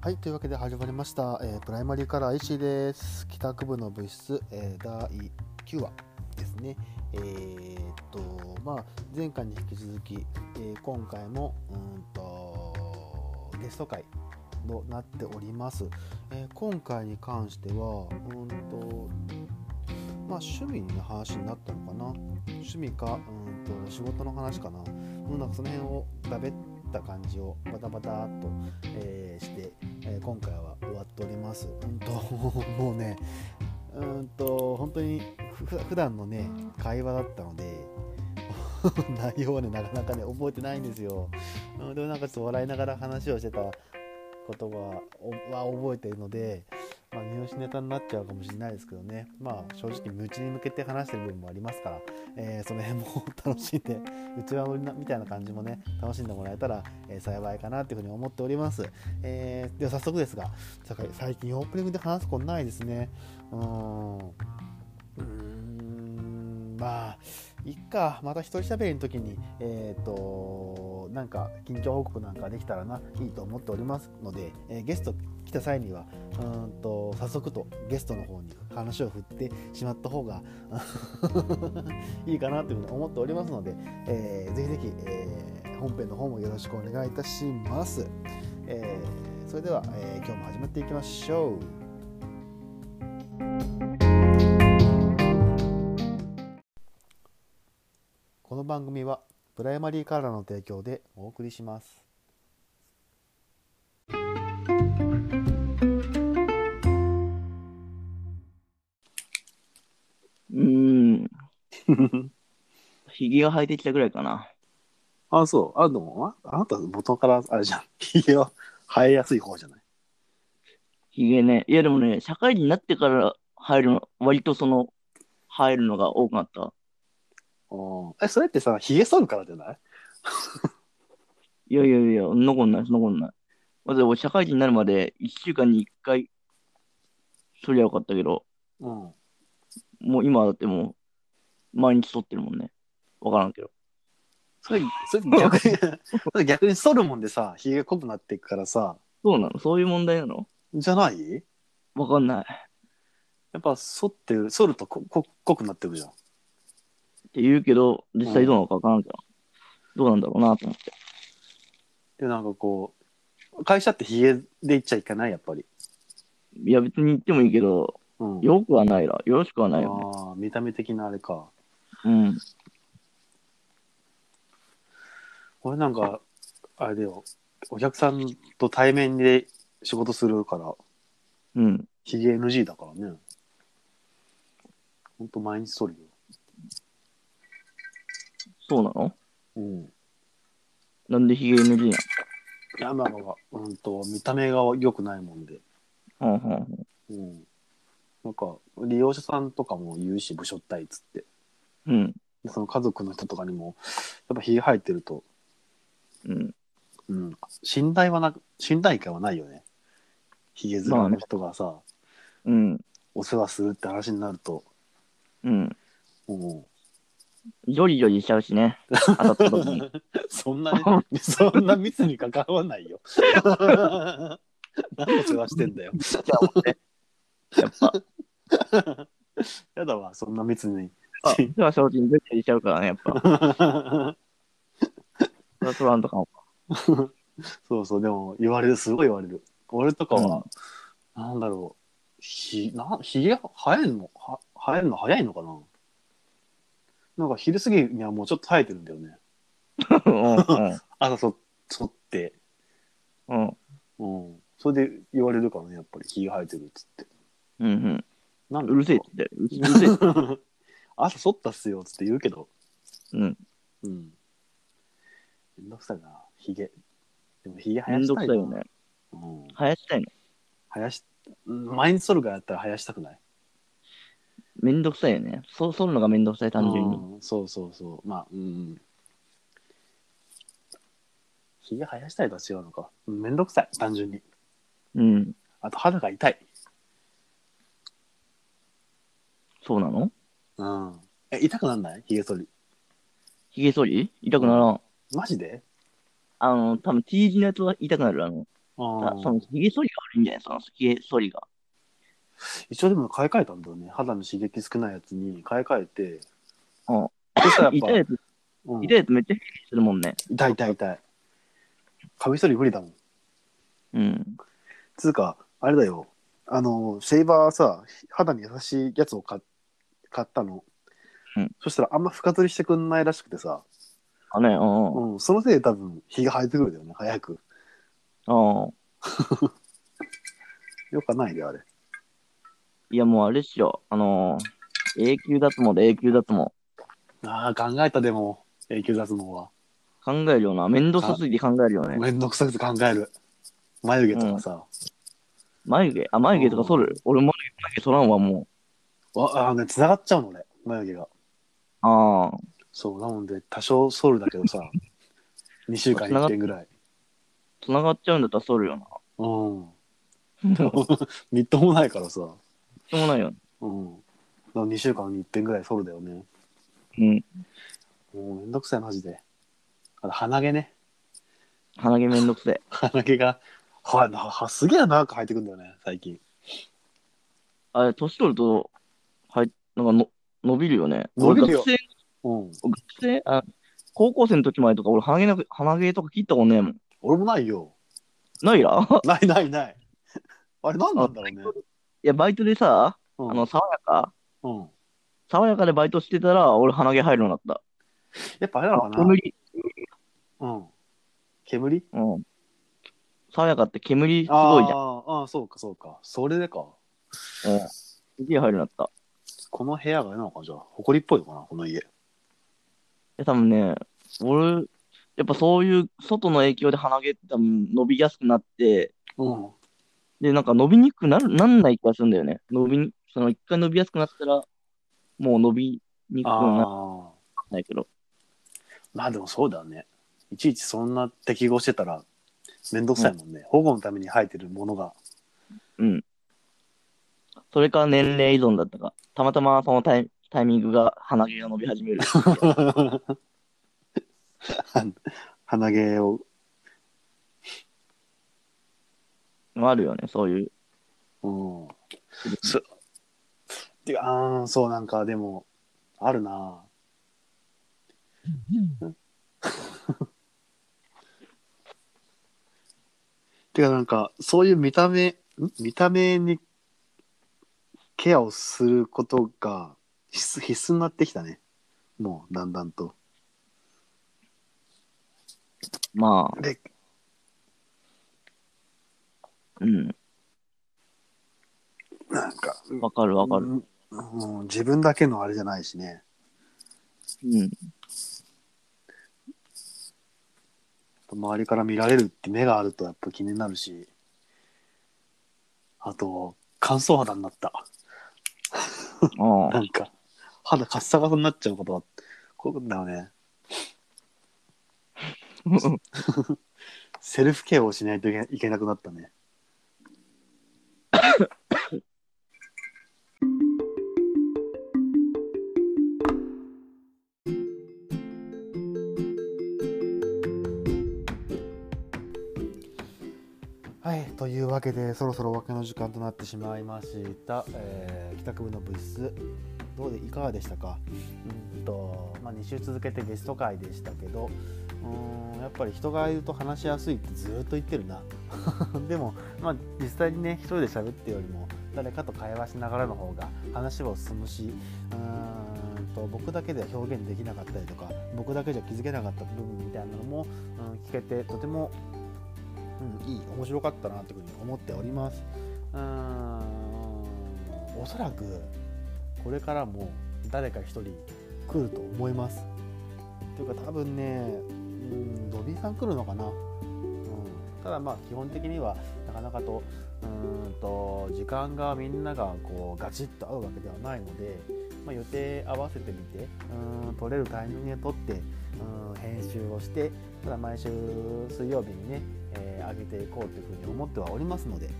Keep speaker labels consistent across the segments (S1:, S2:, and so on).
S1: はい、というわけで始まりました、えープライマリーカラー石井です。帰宅部の物質、えー第9話ですね。えーっと、まあ、前回に引き続き、えー今回も、うーんと、ゲスト会となっております。えー今回に関しては、うーんと、まあ、趣味の話になったのかな。趣味か、うーんと、仕事の話かな。もうなんかその辺をだべった感じをバタバタっと、えーして、えー今回は終わっております。うんと もうねうんと本当にふ普段のね会話だったので 内容はねなかなかね覚えてないんですよ。うんでもなんかちょっと笑いながら話をしてたことはおは覚えてるので。まあ、見押しネタになっちゃうかもしれないですけどね、まあ、正直、無知に向けて話してる部分もありますから、えーその辺も 楽しんでうちわみたいな感じもね楽しんでもらえたら、えー幸いかなというふうに思っております、えーでは早速ですがさか最近オープニングで話すことないですねうーんうーんまあいっかまた一人喋りの時にえっ、となんか近況報告なんかできたらないいと思っておりますので、えーゲスト来た際にはうーんと早速とゲストの方に話を振ってしまった方が いいかなというふうに思っておりますので、えーぜひぜひ、えー本編の方もよろしくお願いいたします。えーそれでは、えー今日も始めていきましょう。この番組はプライマリーカラーの提供でお送りします。
S2: うーん。ひげが生えてきたぐらいかな。
S3: あ、そう。あ、でも、ああなた元からあれじゃん。 ひげは生えやすい方じゃない。
S2: ひげね。いやでもね、社会人になってから生えるの、割とその、生えるのが多くなった。
S3: うんえ、それってさ、ひげ剃るからじゃない
S2: いやいやいや、そんなことない、そんなことない。まず俺社会人になるまで1週間に1回、そりゃよかったけど、
S3: うん。
S2: もう今はだってもう、毎日撮ってるもんね。わからんけど。
S3: それ、それ逆に、それ逆に剃るもんでさ、ひげが濃くなっていくからさ、
S2: そうなのそういう問題なの
S3: じゃない
S2: わかんない。
S3: やっぱ剃ってる、剃るとここ濃くなってくじゃん。
S2: って言うけど、実際どうなのかわからんけど。どうなんだろうなと思って。
S3: で、なんかこう、会社ってひげで行っちゃいけない、やっぱり。
S2: いや別に言ってもいいけど、
S3: うん。
S2: よくはないら、よろしくは
S3: あ
S2: ないよね。
S3: あー、見た目的なあれか。
S2: うん。
S3: 俺なんか、あれだよ、お客さんと対面で仕事するから、
S2: うん。
S3: ひげ NG だからね。ほんと毎日剃るよ。
S2: そうなの
S3: うん。
S2: なんでヒゲ NG な
S3: 山が、うんと、見た目が良くないもんで。
S2: のはんはん
S3: うん。なんか、利用者さんとかも言うし、部署ったいっつって。
S2: うん。
S3: でその家族の人とかにも、やっぱひげ生えてると、
S2: うん。
S3: うん。信頼はなく、信頼感はないよね。ひげ面の人がさ、
S2: うん。
S3: お世話するって話になると、
S2: うん。
S3: うん。
S2: ジョリジョリしちゃうしね。当た った時に。
S3: そんなに、そんな密に関わんないよ。 何お世話してんだよ。
S2: やっぱ。
S3: やだわ、そんな密に。
S2: あでは、正直にジョリジョリしちゃうからね、やっぱ。そらそらんとかも。
S3: そうそう、でも言われる、すごい言われる。俺とか
S2: うん
S3: は、なんだろう、ひ、な、ひげ生えんのは生えるの早いのかななんか昼過ぎにはもうちょっと生えてるんだよね。
S2: う
S3: 朝そ、そって、
S2: ん。うん。
S3: うん。それで言われるからね、やっぱりひげ生えてるっつって。
S2: うん。うん。
S3: な
S2: う
S3: んだ
S2: んうるせえって言って。うるうるせえって。
S3: 朝そったっすよっつって言うけど、
S2: うん。
S3: うん。めんどくさいな、ひげ。でもひげ生
S2: め
S3: や
S2: んど
S3: し
S2: く
S3: た
S2: さ
S3: い
S2: い
S3: な。
S2: よね。
S3: うん。
S2: 生やしたいの。
S3: 生やし、マインドソルガーやったら生やしたくない
S2: めんどくさいよね。そ、そるのがめんどくさい、単純に。
S3: うんそうそうそうまあうんひげ生やしたいとは違うのかうんめんどくさい単純に
S2: うん。
S3: あと肌が痛い
S2: そうなの
S3: うんえ痛くなんないひげ剃り
S2: ヒゲ剃り痛くならん。
S3: マジで
S2: あの、多分 T 字のやつは痛くなる。あの、
S3: あ
S2: あその、ひげ剃りいいんじゃないそのひげ剃りが。
S3: 一応でも買い替えたんだよね。肌の刺激少ないやつに買い替えて。
S2: うん。
S3: そしたらやっ
S2: 痛
S3: ぱ
S2: い、やつ、
S3: うん、
S2: 痛いやつめっちゃひげするもんね。
S3: 痛い痛い痛い。カミソリ無理だもん。
S2: うん。
S3: つうか、あれだよ。あの、シェーバーさ、肌に優しいやつを買買ったの。
S2: うん
S3: そしたらあんま深取りしてくんないらしくてさ、
S2: あね、うんうん。
S3: うん、そのせいで多分日が生えてくるんだよね、早く。
S2: ああ。
S3: よくはないで、あれ。
S2: いや、もうあれっしょ。あのー、永久脱毛で永久脱毛。
S3: ああ、考えたでも、永久脱毛は。
S2: 考えるよな。面倒さすぎて考えるよね。
S3: めんどくさくて考える。眉毛とかさ、
S2: 眉毛、あ、眉毛とか剃る。俺、眉毛剃らんわ、も
S3: わあのね、繋がっちゃうのね、眉毛が。
S2: う。ああ。
S3: そう、なので、多少ソウルだけど さ、2週間に1点ぐらい。
S2: 繋がっちゃうんだったら剃るよ な。
S3: うん。
S2: ど
S3: みっともないからさ。
S2: うもないよね。
S3: うん。2週間に1遍ぐらい剃るだよね。
S2: うん。
S3: もうめんどくさい、マジで。あと鼻毛ね。
S2: 鼻毛めんどくせえ。
S3: 鼻毛が、はい、なはすげえ長く生えてくんだよね、最近。
S2: あれ、年取ると、はい、なんかの伸びるよね。
S3: 伸びるよ
S2: 俺
S3: うん。
S2: 学生、学生あ高校生の時までとか、俺鼻毛なく、鼻毛とか切ったことねえもん。
S3: 俺もないよ。
S2: ないや
S3: ないないない。あれ、なんなんだろうね。
S2: いや、バイトでさ、
S3: うん、
S2: あの、爽やか
S3: うん。
S2: 爽やかでバイトしてたら、俺鼻毛入るようになっ
S3: やっぱあれなの
S2: た。
S3: かな。
S2: 煙。
S3: うん。煙す
S2: うん。爽やかって煙すごいじゃん。
S3: あーあー、そうか、そうか。それでか。
S2: うん。すげえ入るようになった。
S3: この部屋があれなのか、じゃあ、埃っぽいのかな、この家。
S2: え、多分ね、俺、やっぱそういう外の影響で鼻毛って多分伸びやすくなって、
S3: うん。
S2: で、なんか伸びにくくなる、なんない気がするんだよね。伸びに、その一回伸びやすくなったら、もう伸びにくく
S3: あ
S2: なら
S3: あ。
S2: ないけど。
S3: まあでもそうだね。いちいちそんな適合してたら、めんどくさいもんね。保護のために生えてるものが。
S2: それか年齢依存だったか。たまたまそのタイタイミングが鼻毛が伸び始め る。
S3: は鼻毛を、
S2: あるよね、そういう。
S3: うん。すてか、あーそうなんか、でも、あるな てか、なんか、そういう見た目、ん見た目にケアをすることが必須必須になってきたね。もう、だんだんと。
S2: まあ、
S3: で、
S2: うん。
S3: なんか、
S2: わかるわかる。
S3: うんうん自分だけのあれじゃないしね。
S2: うん。
S3: 周りから見られるって目があるとやっぱ気になるしあと乾燥肌になった
S2: あ
S3: なんか肌カッサカサになっちゃうことはこういうことだよね
S2: あ。
S3: セルフケアをしないといけいけなくなったね
S1: はい、というわけでそろそろお別れの時間となってしまいました、えー、帰宅部の部室どうでいかがでしたかうんと、まあ、2週続けてゲスト会でしたけどうーんやっぱり人がいると話しやすいってずーっと言ってるな でも、まあ、実際にね一人で喋ってよりも誰かと会話しながらの方が話は進むしうーんと僕だけでは表現できなかったりとか僕だけじゃ気づけなかった部分みたいなのも、うん、聞けてとてもうん、いい面白かったなというふうに思っておりますうーんおそらくこれからも誰か一人来ると思いますというか多分ねうんドビーさん来るのかな、うん、ただまあ基本的にはなかなかとうーんと時間がみんながこうガチッと合うわけではないので、まあ、予定合わせてみてうん取れるタイミングで取ってうん編集をしてただ毎週水曜日にね、えー上げていこうというふうに思ってはおりますので、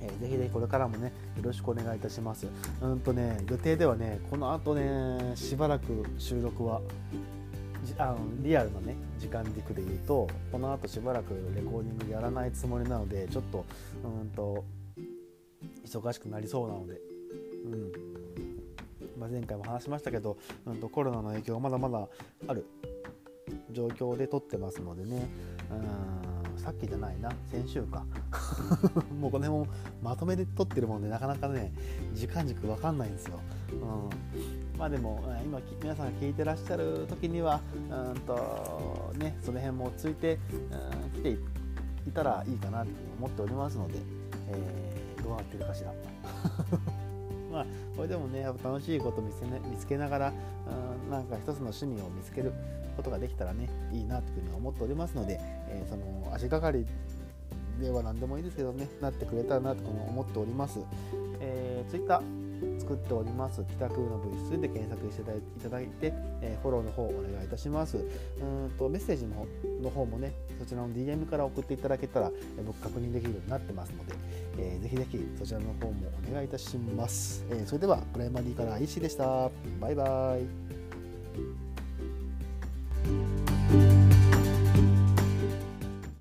S1: えーぜひぜひこれからもねよろしくお願いいたしますうんとね予定ではねこのあとねしばらく収録はじあのリアルのね時間軸で言うとこのあとしばらくレコーディングやらないつもりなのでちょっとうーんと忙しくなりそうなので、うんまあ、前回も話しましたけど、うん、とコロナの影響がまだまだある状況で撮ってますのでねうんさっきじゃないな先週か もうこの辺もまとめで撮ってるもんでなかなかね時間軸わかんないんですよ。うんまあでもえー今き皆さんが聞いてらっしゃる時にはうーんとねその辺もついてうん来ていいたらいいかなと思っておりますので、えーどうなってるかしら。 まあこれでもねやっぱ楽しいこと見つけ,、見つけながらうんなんか一つの趣味を見つけることができたらねいいなというふうに思っておりますので、えーその足がかりでは何でもいいですけどねなってくれたらなと思っております。えー、ツイッター作っております帰宅部の部室で検索していただいていただいて、えーフォローの方お願いいたしますうーんとメッセージのの方もねそちらの DM から送っていただけたら、えー僕確認できるようになってますので、えーぜひぜひそちらの方もお願いいたします、えーそれではプライマリーから石井でしたバイバイ